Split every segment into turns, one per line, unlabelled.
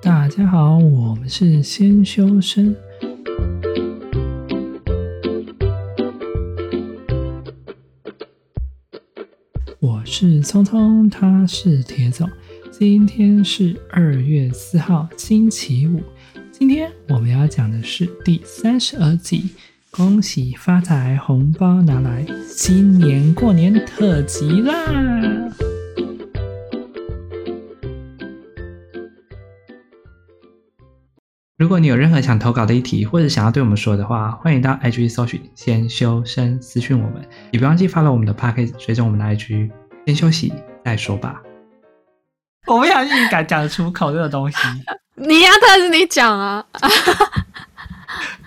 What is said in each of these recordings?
大家好，我们是先修身。我是聪聪，他是铁总。今天是二月四号，星期五。今天我们要讲的是第三十二集，恭喜发财，红包拿来，新年过年特辑啦！如果你有任何想投稿的议题，或者想要对我们说的话，欢迎到 IG 搜寻“先修身”私讯我们。也不忘记发了我们的 p a c k a g e 追踪我们的 IG。先休息再说吧。我不相信你敢讲得出口这个 东西，
你呀、当然是你讲啊。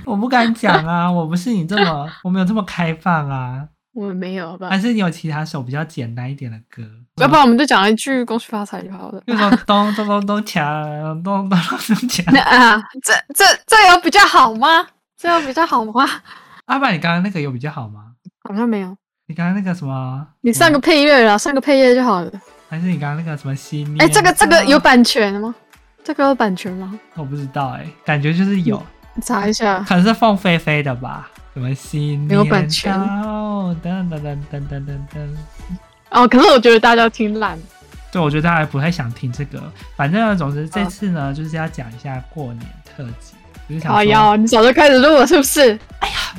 我不敢讲啊！我不是你这么，我没有这么开放啊。
我们没有，好不好
还？是你有其他首比较简单一点的歌？
要不然我们就讲一句“恭喜发财”就好了。
比如说咚咚咚咚锵，咚咚咚咚 锵。
那 啊，这这这有比较好吗？这有比较好吗？
阿爸，你刚刚那个有比较好吗？
好像没有。
你刚刚那个什么？
你上个配乐啦，上个配乐就好了。
还是你刚刚那个什么心念？
哎、这个这个有版权吗？这个有版权吗？
我不知道哎、感觉就是有，
你查一下。
可能是凤飞飞的吧？什么心
没有版权
哦，噔噔噔噔噔噔噔。
哦，可是我觉得大家挺懒。
对，我觉得大家不太想听这个。反正呢，总之这次
哦
呢，就是要讲一下过年特辑。就是想
哎
说
呀，你早就开始录了是不是？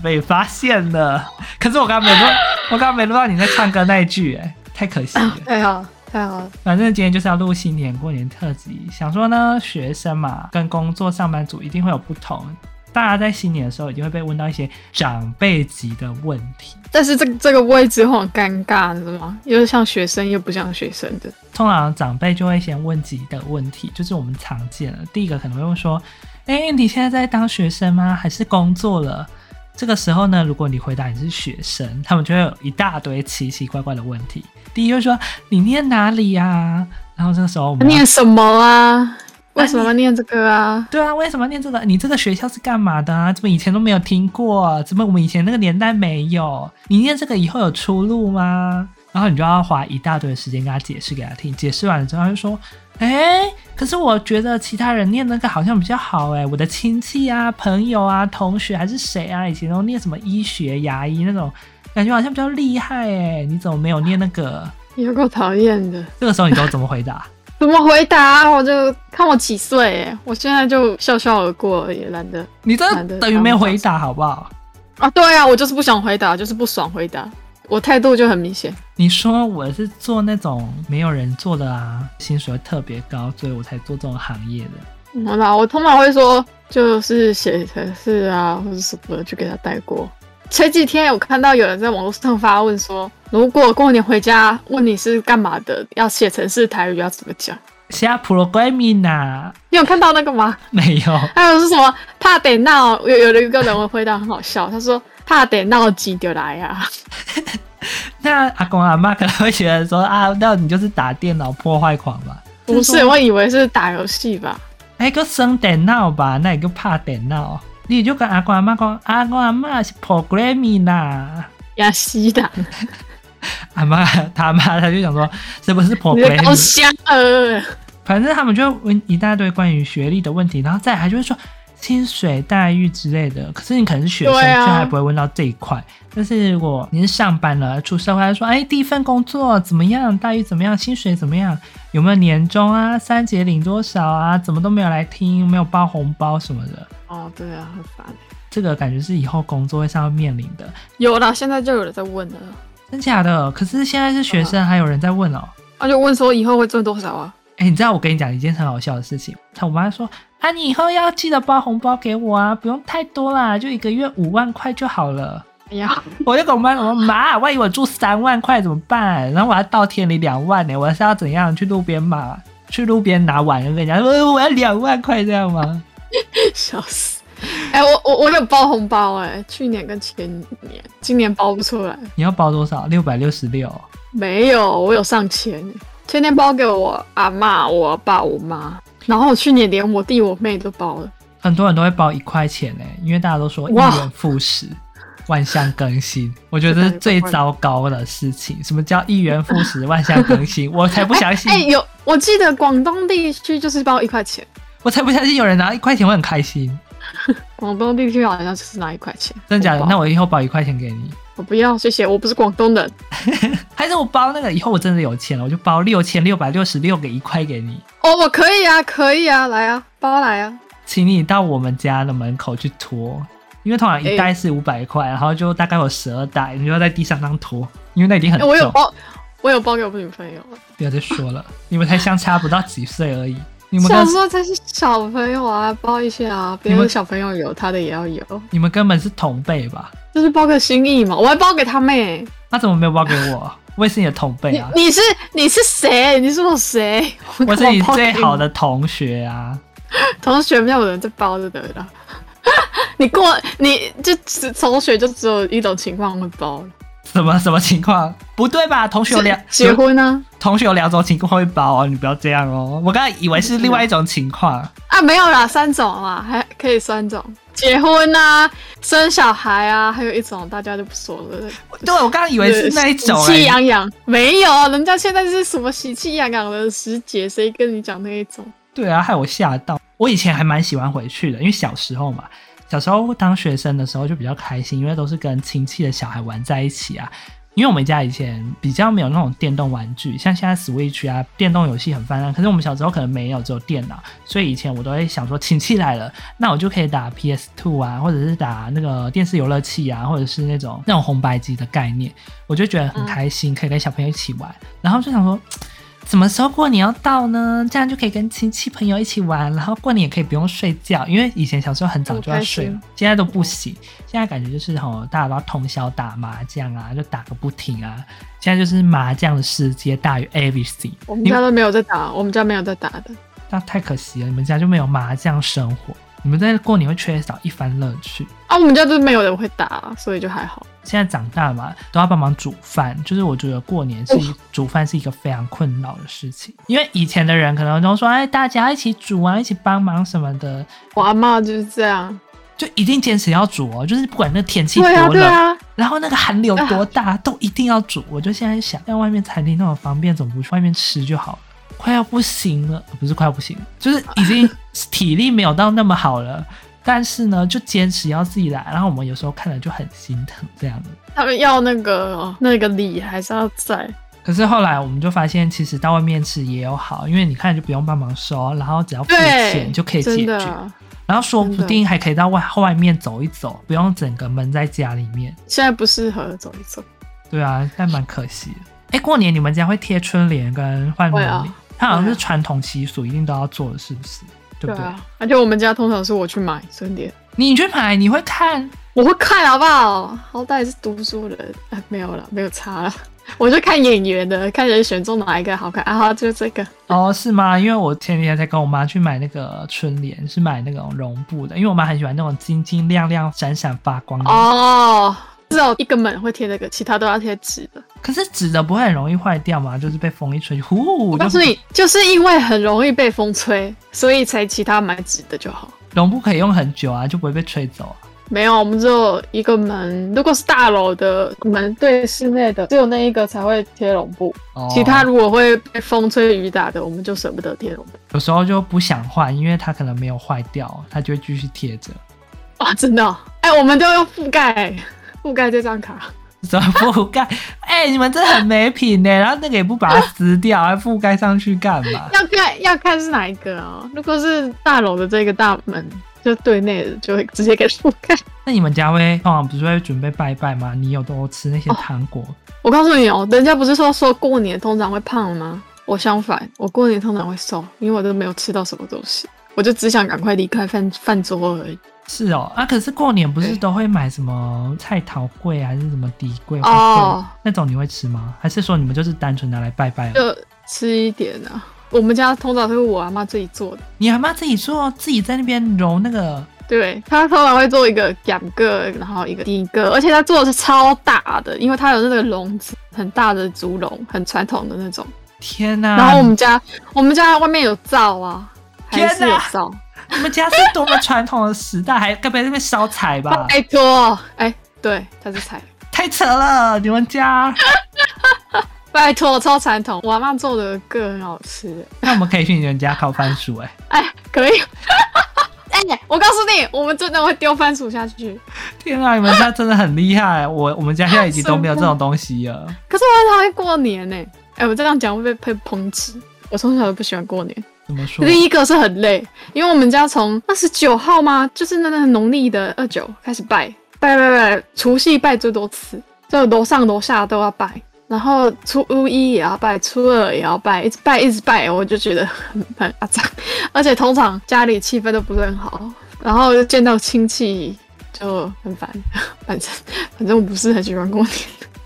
被发现了。 可是我刚刚没录，我刚刚没录到你在唱歌那一句、哎，太可惜了。
太好了，哎太好了。
反正今天就是要录新年过年特辑，想说呢，学生嘛，跟工作上班族一定会有不同。大家在新年的时候，一定会被问到一些长辈级的问题。
但是这个这个位置会很尴尬，你知道吗？又像学生，又不像学生的。
通常长辈就会先问几个问题，就是我们常见的。第一个可能会问说：“哎、你现在在当学生吗？还是工作了？”这个时候呢，如果你回答你是学生，他们就会有一大堆奇奇怪怪的问题。第一就说：“你念哪里呀、然后这个时候我们要
念什么啊？为什么要念这个啊？
对啊，为什么念这个？你这个学校是干嘛的啊？怎么以前都没有听过？怎么我们以前那个年代没有？你念这个以后有出路吗？然后你就要花一大堆的时间跟他解释给他听。解释完了之后，他就说：“哎、可是我觉得其他人念那个好像比较好哎、我的亲戚啊、朋友啊、同学还是谁啊，以前都念什么医学、牙医那种，感觉好像比较厉害哎、你怎么没有念那个
有够讨厌的。？”
这个时候你都怎么回答？
怎么回答啊、我就看我几岁哎，我现在就笑笑而过而已，也懒得
你这等于没回答，好不好？
啊。对啊，我就是不想回答，就是不爽回答，我态度就很明显。
你说我是做那种没有人做的啊，薪水特别高，所以我才做这种行业的。
好啦，我通常会说就是写程式啊，或者什么的，就给他带过。前几天有看到有人在网络上发问说，如果过年回家问你是干嘛的，要写程式台语要怎么讲？
写 programming 啊，
你有看到那个吗？
没有，
还有是什么怕得闹？有有的一个人我回答很好笑，他说怕得闹急就来呀、啊。
那阿公阿妈可能会觉得说啊，那你就是打电脑破坏狂吧？
不，
就是说，
我以为是打游戏吧。
哎，个生电脑吧，那你个怕电脑，你就跟阿公阿妈讲，阿公阿妈是 programming 啊。
亚西达，
阿妈他妈他就想说，是不是
你的高
programming？
香呃，
反正他们就会问一大堆关于学历的问题，然后再还就会说薪水待遇之类的。可是你可能是学生，
对啊
就还不会问到这一块。但是如果您上班了，出社会，他说：“哎，第一份工作怎么样？待遇怎么样？薪水怎么样？有没有年终啊？三节领多少啊？怎么都没有来听，没有包红包什么的。
哦，对啊，很烦。”
这个感觉是以后工作会上要面临的，
有啦，现在就有人在问了，
真假的？可是现在是学
嗯
生，还有人在问哦。
他啊就问说以后会赚多少啊？
哎、你知道我跟你讲一件很好笑的事情，他我妈说啊，你以后要记得包红包给我啊，不用太多啦，就一个月五万块就好了。
哎呀，
我就跟我妈说，妈，万一我住三万块怎么办？然后我要倒贴你两万呢、我是要怎样去路边买，去路边拿碗跟人家说呃我要两万块这样吗？
笑死！哎、我我我有包红包哎、去年跟前年，今年包不出来，
你要包多少？六百六十六。
没有，我有上千、前年包给我阿妈、我爸、我妈，然后我去年连我弟我妹都包了，
很多人都会包一块钱呢、因为大家都说一
哇
元复始，万象更 新。我觉得这是最糟糕的事情。什么叫一元复
哎
始，万象更新？我才不相信。
哎、有，我记得广东地区就是包一块钱，
我才不相信有人拿一块钱会很开心，
广东地区好像就是拿一块钱，
真的假的？
红包
那我以后包一块钱给你，
我不要，谢谢，我不是广东人。
还是我包那个以后我真的有钱了，我就包六千六百六十六个一块给你，
哦，我可以啊，可以啊，来啊，包来啊，
请你到我们家的门口去拖，因为通常一
哎
袋是五百块，然后就大概有十二袋，你就要在地上这样拖，因为那已经很
哎
重。
我有包，我有包给我女朋友。啊
不要再说了， 你们才相差不到几岁而已，你们
小
跟
时候才是小朋友啊，包一些啊，别
你
人
们
小朋友有，他的也要有，
你们根本是同辈吧？
就是包个心意嘛。我还包给他妹，
那怎么没有包给 我？我也是你的同辈
你
啊，
你是你是谁？你是我谁？
我是
干嘛
你
包给
最好的同学啊。
同学，没有人在包着的啦。 你过你就只同学就只有一种情况会包了，
什么什么情况？不对吧？同学有两
结结婚啊呢、
有同学有两种情况会包哦，你不要这样哦。我刚才以为是另外一种情况，
啊？没有啦，三种啦，还可以三种，结婚啊，生小孩啊，还有一种大家就不说了。
对我刚刚以为是那一种哎
喜
而
气
已。
洋洋，没有，人家现在是什么喜气洋洋的时节，谁跟你讲那一种？
对啊，害我吓到。我以前还蛮喜欢回去的，因为小时候嘛，小时候当学生的时候就比较开心，因为都是跟亲戚的小孩玩在一起啊。因为我们家以前比较没有那种电动玩具，像现在 Switch 啊，电动游戏很泛滥。可是我们小时候可能没有，只有电脑，所以以前我都会想说，亲戚来了，那我就可以打 PS Two 啊，或者是打那个电视游乐器啊，或者是那种那种红白机的概念，我就觉得很开心，可以跟小朋友一起玩。然后就想说，什么时候过年要到呢？这样就可以跟亲戚朋友一起玩，然后过年也可以不用睡觉，因为以前小时候很早就要睡
这么
了
开，
现在都不行。现在感觉就是吼，大家都要通宵打麻将啊，就打个不停啊。现在就是麻将的世界大于 everything，
我们
你
家都没有在打，我们家没有在打的。
那太可惜了，你们家就没有麻将生活，你们在过年会缺少一番乐趣。
啊，我们家都没有人会打，所以就还好。
现在长大了嘛，都要帮忙煮饭，就是我觉得过年是一煮饭是一个非常困扰的事情，因为以前的人可能都说，哎，大家一起煮啊，一起帮忙什么的，
我阿妈就是这样，
就一定坚持要煮哦，就是不管那天气多
对啊，
冷，
对啊，
然后那个寒流多大，都一定要煮。我就现在想，哎在外面餐厅那么方便，怎么不去外面吃就好了？快要不行了，呃不是快要不行了，就是已经体力没有到那么好了，但是呢，就坚持要自己来。然后我们有时候看了就很心疼这样子。
他们要那个那个礼还是要在。
可是后来我们就发现，其实到外面吃也有好，因为你看就不用帮忙收，然后只要付
对，
钱就可以解
真
决，
的。啊
然后说不
真的
定还可以到外外面走一走，不用整个闷在家里面。
现在不适合走一走，
对啊，但蛮可惜的。哎，过年你们家会贴春联跟换农
会啊
历？它好像
会
是
啊
传统习俗，一定都要做的，是不是？对不对？
啊。而且我们家通常是我去买春联，
你去买，你会看？
我会看好不好？好歹是读书人，啊、没有了，没有差了。我就看眼缘的，看人选中哪一个好看啊，就这个。
哦，是吗？因为我前几天才跟我妈去买那个春联，是买那种绒布的，因为我妈很喜欢那种晶晶亮亮、闪闪发光的。
哦，只有一个门会贴那个，其他都要贴纸的。
可是纸的不会很容易坏掉吗？就是被风一吹，呼，
我告诉你，就是因为很容易被风吹，所以才其他买纸的就好。
绒布可以用很久啊，就不会被吹走啊。
没有，我们只有一个门。如果是大楼的门对室内的，只有那一个才会贴绒布。
哦
其他如果会被风吹雨打的，我们就舍不得贴绒布。
有时候就不想换，因为它可能没有坏掉，它就会继续贴着。
哇，真的哦、哎、我们都用覆盖覆盖这张卡。
怎么覆盖？ 哎、你们真的很没品呢、然后那个也不把它撕掉，还覆盖上去干嘛？
要看要看是哪一个哦。如果是大楼的这个大门，就对内的就会直接给覆盖。
那你们家会通常不是会准备拜拜吗？你有都吃那些糖果？
我告诉你哦，人家不是说说过年通常会胖吗？我相反，我过年通常会瘦，因为我都没有吃到什么东西，我就只想赶快离开饭饭桌而已。
是哦，啊，可是过年不是
对
都会买什么菜桃柜还是什么底柜花柜、
哦，
那种，你会吃吗？还是说你们就是单纯拿来拜拜了？
就吃一点啊。我们家通常都是我阿妈自己做的，
你阿妈自己做，自己在那边揉那个，
对她通常会做一个两个，然后一个第一个，而且她做的是超大的，因为她有那个笼子，很大的竹笼，很传统的那种。
天啊哪、
然后我们家我们家外面有灶啊，还是
天
有
哪
灶。
你们家是多么传统的时代，还该不会在那边烧柴 吧？
拜托，哎，对，他是 菜。
太扯了，你们家。
拜托，超传统，我阿妈做的个很好吃。
那我们可以去你们家烤番薯哎、
哎，可以。哎、我告诉你，我们真的会丢番薯下去。
天啊，你们家真的很厉害！我我们家现在已经都没有这种东西 了。
可是我很讨厌过年呢、哎、我这样讲会被被抨击。我从小就不喜欢过年。
怎么说？
第一个是很累，因为我们家从二十九号吗？就是那那农历的二九开始拜，拜拜拜，除夕拜最多次，就楼上楼下都要拜，然后初一也要拜，初二也要拜，一直拜一直拜，我就觉得很很阿脏，而且通常家里气氛都不是很好，然后就见到亲戚就很烦，反正反正我不是很喜欢过年。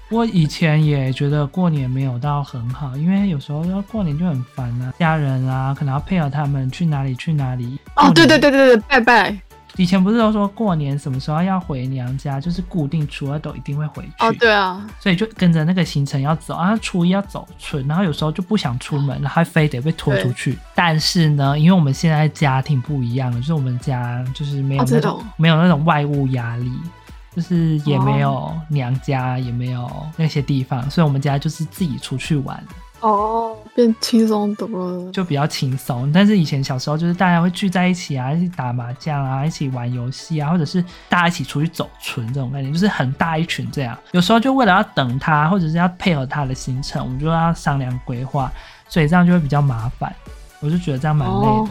我以前也觉得过年没有到很好，因为有时候要过年就很烦啊，家人啊，可能要配合他们去哪里去哪里。
哦，对对
对，
对对对，拜拜。
以前不是都说过年什么时候要回娘家，就是固定初二都一定会回去。
哦，对啊，
所以就跟着那个行程要走啊，初一要走村，然后有时候就不想出门，然后还非得被拖出去。但是呢，因为我们现在家庭不一样了，就是我们家就是没有
哦
那
这
种、
种
没有那种外物压力，就是也没有
哦
娘家，也没有那些地方，所以我们家就是自己出去玩，
哦，变轻松多了。
就比较轻松。但是以前小时候就是大家会聚在一起啊，一起打麻将啊，一起玩游戏啊，或者是大家一起出去走村这种概念，就是很大一群这样。有时候就为了要等他，或者是要配合他的行程，我们就要商量规划，所以这样就会比较麻烦。我就觉得这样蛮累的，
哦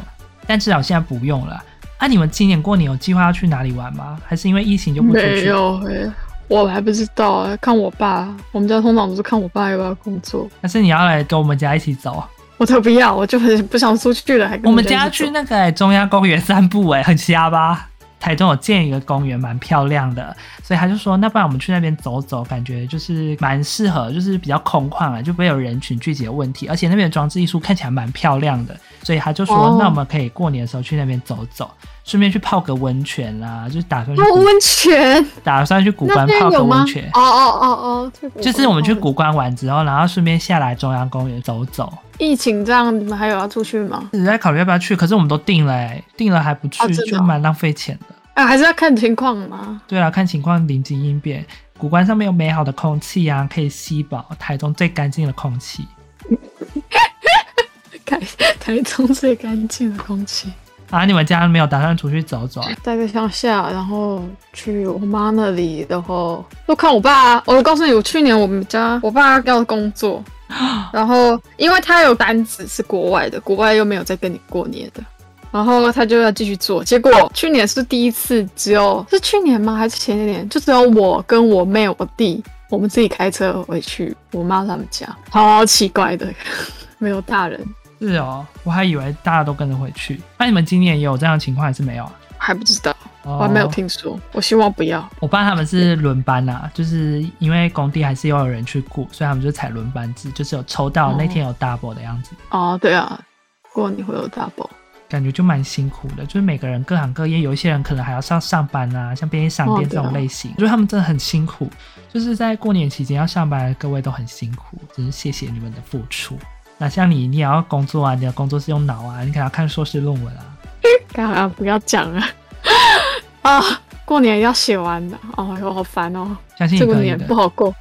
但至少现在不用了。啊，你们今年过年有计划要去哪里玩吗？还是因为疫情就不出
没
去？
有哎、我还不知道哎、看我爸。我们家通常都是看我爸要不要工作，
还是你要来跟我们家一起走？
我才不要，我就很不想出去了，还跟
我们
家
家
一起
去
走
那个、中央公园散步、哎，很瞎吧？台中有建一个公园，蛮漂亮的，所以他就说，那不然我们去那边走走，感觉就是蛮适合，就是比较空旷啊，就不会有人群聚集的问题，而且那边的装置艺术看起来蛮漂亮的，所以他就说，
哦
那我们可以过年的时候去那边走走，顺便去泡个温泉啦，就是打算去
泡
古
温泉，
打算去古
那
关
边
泡个
有吗
温泉？
哦，哦哦哦，去古
就是我们去
关泡
古关玩之后，然后顺便下来中央公园走走。
疫情这样，你们还有要出去吗？
一直在考虑要不要去，可是我们都定了、欸，定了还不去，
哦真的
就
哦
蛮浪费钱的。
啊，还是要看情况 嘛。
对啊，看情况临机应变。古关上面有美好的空气啊，可以吸饱台中最干净的空气。
台台中最干净的空气，
啊，你们家没有打算出去走走啊？
待在乡下，然后去我妈那里，然后都看我爸、啊。我告诉你，我去年我们家我爸要工作，然后因为他有单子是国外的，国外又没有在跟你过年的，然后他就要继续做。结果去年是第一次，只有是去年吗？还是前年？就只有我跟我妹、我弟，我们自己开车回去我妈他们家，好奇怪的， 没有大人，
是哦，我还以为大家都跟着回去。啊那、你们今年也有这样的情况还是没有啊？
还不知道，
哦
我还没有听说。我希望不要。
我爸他们是轮班啊，就是因为工地还是要有人去顾，所以他们就采轮班制，就是有抽到
哦
那天有 double 的样子，
哦，对啊，过年会有 double。
感觉就蛮辛苦的。就是每个人各行各业，有一些人可能还要上上班啊，像便利商店
哦
这
对啊
种类型，我觉得他们真的很辛苦。就是在过年期间要上班，各位都很辛苦，真是谢谢你们的付出。那像你，你也要工作啊，你的工作是用脑啊，你可能要看硕士论文啊。
干嘛不要讲了 啊？过年要写完的，哦哟，好烦哦，
相信你
这个
可以
年
的
不。好过。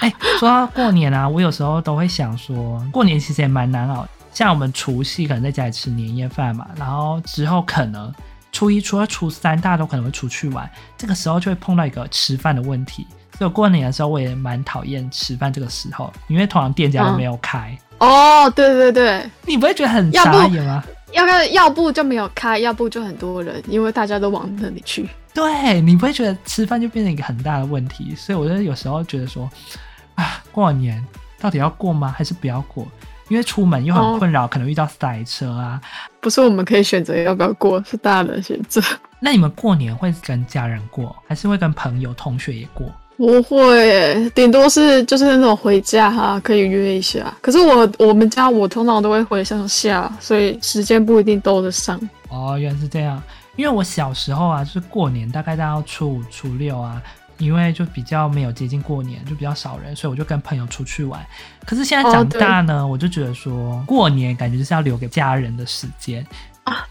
哎、说到过年啊，我有时候都会想说，过年其实也蛮难熬。像我们除夕可能在家里吃年夜饭嘛，然后之后可能初一、初二、初三大家都可能会出去玩，这个时候就会碰到一个吃饭的问题。所以我过年的时候我也蛮讨厌吃饭这个时候，因为通常店家都没有开，
哦，对对对，
你不会觉得很
要不
傻眼吗？
要不要不就没有开，要不就很多人，因为大家都往那里去。
对，你不会觉得吃饭就变成一个很大的问题，所以我就有时候觉得说，啊，过年到底要过吗？还是不要过？因为出门又很
哦
困扰，可能遇到塞车啊。
不是我们可以选择要不要过，是大人选择。
那你们过年会跟家人过，还是会跟朋友、同学也过？
不会耶，顶多是就是那种回家哈、可以约一下。可是我我们家我通常都会回乡下，所以时间不一定兜得上。
哦，原来是这样。因为我小时候啊，就是过年大概到初五、初六啊，因为就比较没有接近过年，就比较少人，所以我就跟朋友出去玩。可是现在
哦
长
对
大呢，我就觉得说，过年感觉就是要留给家人的时间。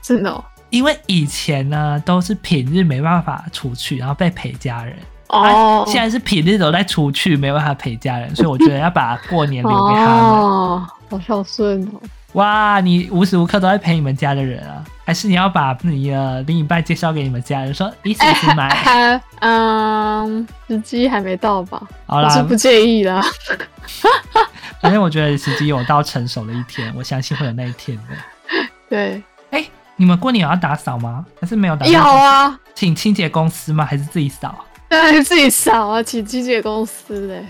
真的哦，
因为以前呢都是平日没办法出去，然后被陪家人。啊
哦
现在是平日都在出去，没办法陪家人，所以我觉得要把过年留给他们。
哦，好孝顺哦。
哇，你无时无刻都在陪你们家的人啊？还是你要把你的另一半介绍给你们家人，说一起去买？
还嗯，时机还没到吧？
好
我是
啦
不，介意的。
反正我觉得时机有到成熟的一天，我相信会有那一天的。
对，
哎、你们过年有要打扫吗？还是没有打扫？
有啊，
请清洁公司吗？还是自己扫？
对自己扫啊，请清洁公司嘞。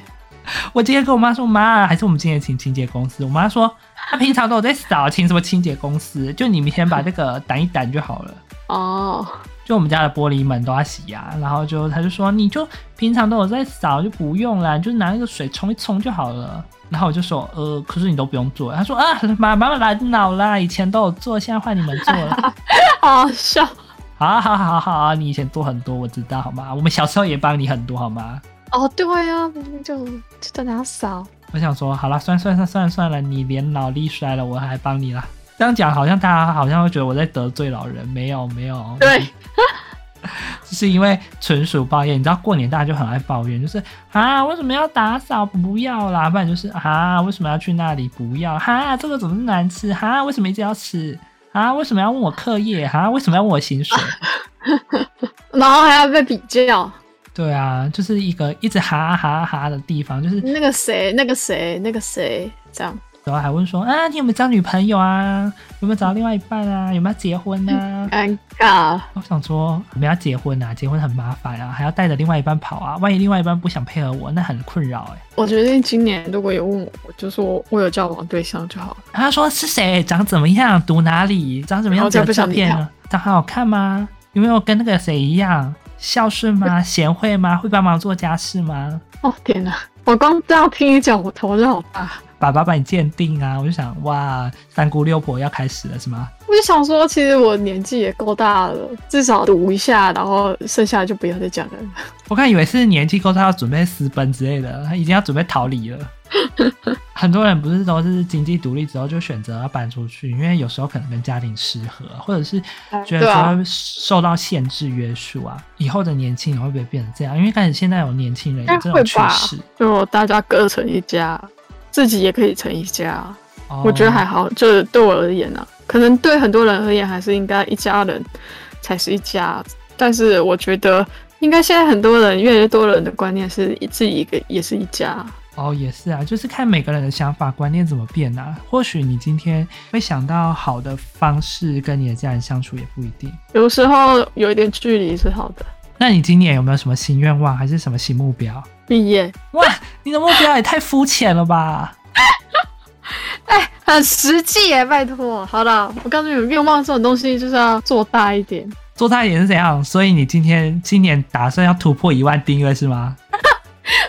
我今天跟我妈说，妈，还是我们今天请清洁公司。我妈说，她平常都有在扫，请什么清洁公司？就你明天把这个掸一掸就好了。
哦，
就我们家的玻璃门都要洗呀、然后就她就说，你就平常都有在扫，就不用啦，你就拿那个水冲一冲就好了。然后我就说，呃，可是你都不用做。她说啊，妈妈妈懒脑啦，以前都有做，啊现在换你们做了。
好笑。
好好好好好，你以前做很多，我知道好吗？我们小时候也帮你很多好吗？
哦，对啊，明明就就在那扫。
我想说，好啦，算算算算算了，你连脑力衰了，我还帮你啦。这样讲好像大家好像会觉得我在得罪老人，没有没有，
对，
就是因为纯属抱怨。你知道过年大家就很爱抱怨，就是啊为什么要打扫不要啦，不然就是啊为什么要去那里不要，哈、这个怎么难吃，哈、为什么一直要吃，啊为什么要问我课业，哈、为什么要问我薪水？
然后还要被比较。
对啊，就是一个一直哈哈哈的地方，就是
那个谁，那个谁，那个谁，这样。
然后还问说啊你有没有交女朋友啊，有没有找到另外一半啊，有没有结婚啊？
尴尬，
我想说，我们要结婚啊，结婚很麻烦啊，还要带着另外一半跑啊，万一另外一半不想配合我，那很困扰哎、
我决定今年如果有问我，我就说我有交往对象就好了。
他说是谁，长怎么样，读哪里，长怎么
然
样，
后就
怎
不
么
想理
变啊？长好看吗？有没有跟那个谁一样孝顺吗？贤惠吗？会帮忙做家事吗？
哦天哪，我光这样听你讲，我头就好大。
爸爸帮你鉴定啊！我就想，哇，三姑六婆要开始了是吗？
我就想说，其实我年纪也够大了，至少读一下，然后剩下就不要再讲了。
我刚以为是年纪够大要准备私奔之类的，他已经要准备逃离了。 很多人不是都是经济独立之后就选择要搬出去，因为有时候可能跟家庭失和，或者是觉得
对啊
说受到限制约束啊。以后的年轻人会不会变成这样？因为开始现在有年轻人有这
应该会
种趋
吧
势，
就大家各成一家，自己也可以成一家，
哦
我觉得还好。就是对我而言呢、啊，可能对很多人而言，还是应该一家人才是一家。但是我觉得，应该现在很多人，越来越多人的观念是自己一个也是一家。
哦，也是啊，就是看每个人的想法观念怎么变啊。或许你今天会想到好的方式跟你的家人相处，也不一定。
有时候有一点距离是好的。
那你今年有没有什么新愿望，还是什么新目标？
毕业，
哇，你的目标也太肤浅了吧！
很实际耶，拜托。好了，我告诉你们，愿望这种东西就是要做大一点。
做大一点是怎样？所以你今天今年打算要突破一万订阅是吗？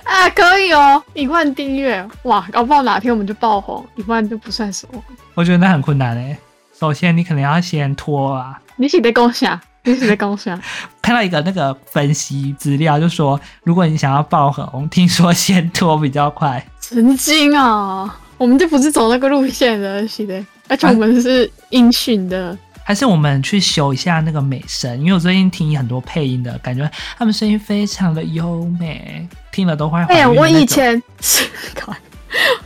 啊，可以哦，一万订阅，哇，搞不好哪天我们就爆红，一万就不算什么。
我觉得那很困难诶、欸首先，你可能要先拖啊。
你是在共享，你是在共享，
看到一个那个分析资料，就说如果你想要爆红，听说先拖比较快。
神经啊！我们就不是走那个路线的，是的，而且我们是音讯的，
还是我们去修一下那个美声，因为我最近听很多配音的感觉，他们声音非常的优美，听了都会怀
哎、
孕
呀，
的那
我以
种
前 靠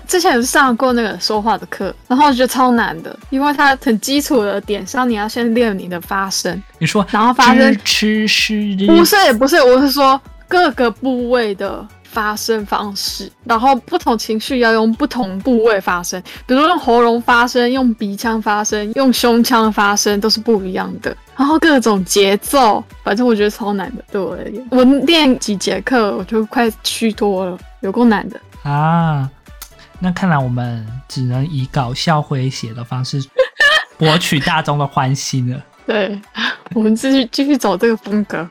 之前有上过那个说话的课，然后我觉得超难的，因为它很基础的点上，你要先练你的发声，
你说
然后发生
吃吃
不是也不是，我是说各个部位的发声方式，然后不同情绪要用不同部位发声，比如说用喉咙发声、用鼻腔发声、用胸腔发声都是不一样的。然后各种节奏，反正我觉得超难的，对我而言，我练几节课我就快虚脱了，有够难的。
啊，那看来我们只能以搞笑诙谐的方式 博取大众的欢心了。
对， 我们继续继续走这个风格。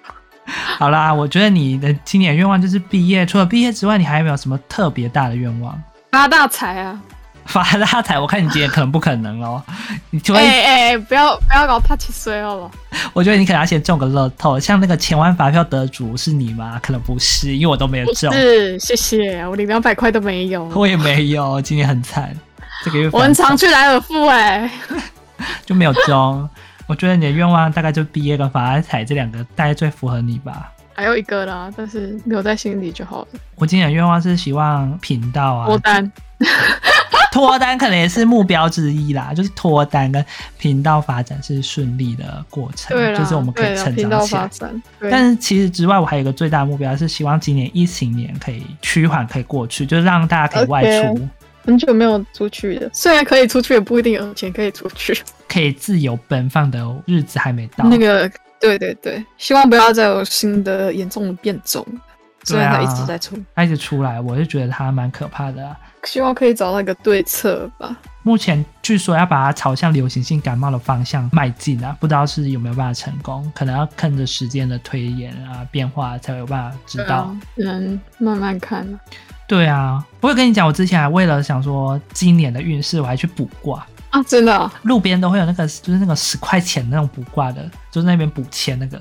好啦，我觉得你的今年愿望就是毕业。除了毕业之外，你还有没有什么特别大的愿望？
发大财啊！
发大财，我看你今年可能不可能咯。你除非
哎哎哎，不要不要搞怕起水好了。
我觉得你可能要先中个乐透，像那个千万发票得主是你吗？可能不是，因为我都没有
不
中，
是，哦谢谢，我连两百块都没有。
我也没有，今年很惨，这个月
我
反
很常去莱尔富哎、
就没有中。我觉得你的愿望大概就毕业跟发大财这两个，大概最符合你吧。
还有一个啦，但是没有在心里就好了。
我今年的愿望是希望频道啊
脱，单，
脱单可能也是目标之一啦， 就是脱单跟频道发展是顺利的过程
对，啦，
就是我们可以
对啦
成
频
长
道
起
发
来。
展，对
但是其实之外，我还有一个最大的目标是希望今年疫情年可以趋缓，可以过去，就是让大家可以外出
OK 很久没有出去了，虽然可以出去，也不一定有钱可以出去。
可以自由奔放的日子还没到。
那个，对对对，希望不要再有新的严重的变种，虽然它一直在出，
他一直出来，我就觉得他蛮可怕的啊、
希望可以找到一个对策吧。
目前据说要把它朝向流行性感冒的方向迈进啊，不知道是有没有办法成功，可能要看着时间的推演啊变化才有办法知
对
道。
啊，只能慢慢看了。
对啊，我有跟你讲，我之前还为了想说今年的运势，我还去卜卦，
啊，真的啊、
路边都会有那个就是那个十块钱那种卜卦的，就是那边补签那个，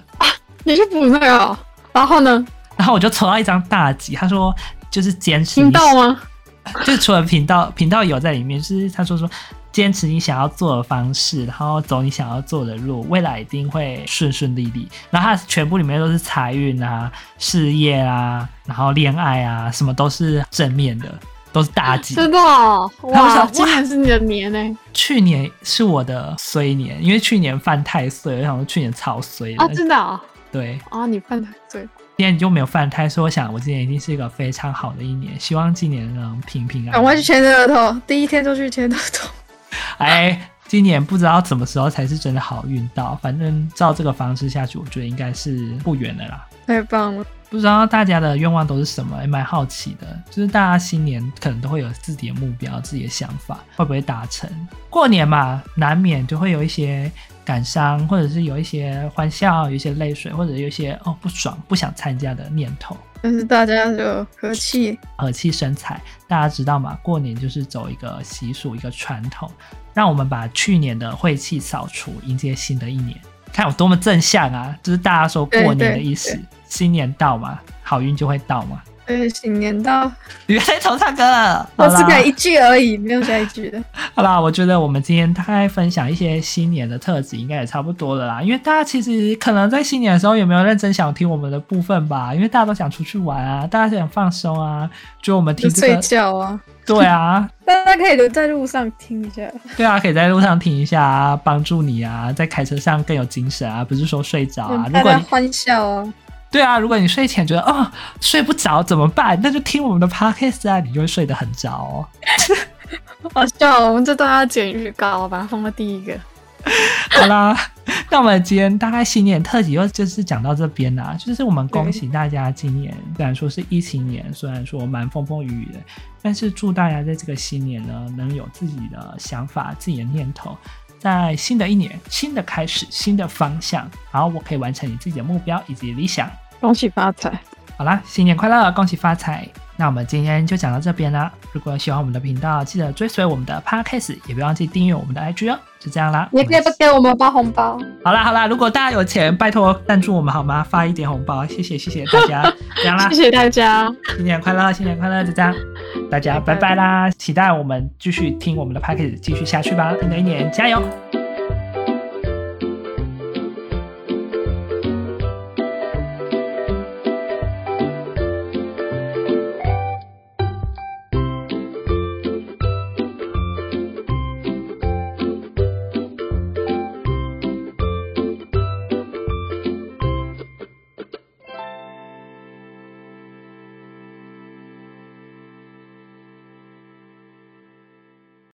你去补那个啊、然后呢？
然后我就抽到一张大吉，他说就是坚持你
听到吗？
就是除了频道频道有在里面，就是他说说坚持你想要做的方式，然后走你想要做的路，未来一定会顺顺利利。然后他全部里面都是财运啊、事业啊，然后恋爱啊，什么都是正面的，都是大吉。
真的啊、
然后我
哇，
想
今年是你的年欸呢、
去年是我的衰年，因为去年犯太岁，我想说去年超衰的。
啊，真的啊、
对，
啊，你犯太岁，
今年就没有犯太岁，我想我今年一定是一个非常好的一年，希望今年能平平安安。
赶快去签这个头，第一天就去签这个头。
哎，今年不知道什么时候才是真的好运到，反正照这个方式下去，我觉得应该是不远了啦。
太棒了！
不知道大家的愿望都是什么，哎也蛮好奇的。就是大家新年可能都会有自己的目标、自己的想法，会不会达成？过年嘛，难免就会有一些感伤，或者是有一些欢笑，有一些泪水，或者有一些哦不爽、不想参加的念头。
但是大家就和气，
和气呃生财。大家知道吗？过年就是走一个习俗，一个传统，让我们把去年的晦气扫除，迎接新的一年。看有多么正向啊！就是大家说过年的意思
对，
新年到嘛，好运就会到嘛。
对，新年到，
你在头唱歌了， 好
我
啦
只改一句而已，没有加一句的。
好啦，我觉得我们今天大概分享一些新年的特质，应该也差不多了啦。因为大家其实可能在新年的时候也没有认真想听我们的部分吧，因为大家都想出去玩啊，大家想放松啊，就我们
就
听这
睡
个，
觉啊，
对啊，
大家可以留在路上听一下。
对啊，可以在路上听一下啊，帮助你啊，在开车上更有精神啊，不是说睡着啊。
嗯
如
大
果
家
你
欢笑啊，
对啊，如果你睡前觉得哦睡不着怎么办？那就听我们的 podcast 啊，你就会睡得很着哦。
好笑哦！我们这段要剪预告，把它放到第一个。
好啦，那我们今天大概新年特辑又就是讲到这边啦、就是我们恭喜大家今年虽然说是疫情年，虽然说蛮风风雨雨的，但是祝大家在这个新年呢能有自己的想法、自己的念头，在新的一年、新的开始、新的方向，然后我可以完成你自己的目标以及理想。
恭喜发财！
好啦，新年快乐，恭喜发财！那我们今天就讲到这边啦。如果喜欢我们的频道，记得追随我们的 podcast，也不要忘记订阅我们的 IG 哦。就这样啦，
也
我
可以
们
不给我们包红包，
好啦好啦，如果大家有钱，拜托赞助我们好吗？发一点红包，谢谢谢谢大家。 这样啦
谢，谢大家，
新年快乐，新年快乐，就这样，大家拜拜啦！期待我们继续听我们的 p a c k a g e 继续下去吧，新的一年加油，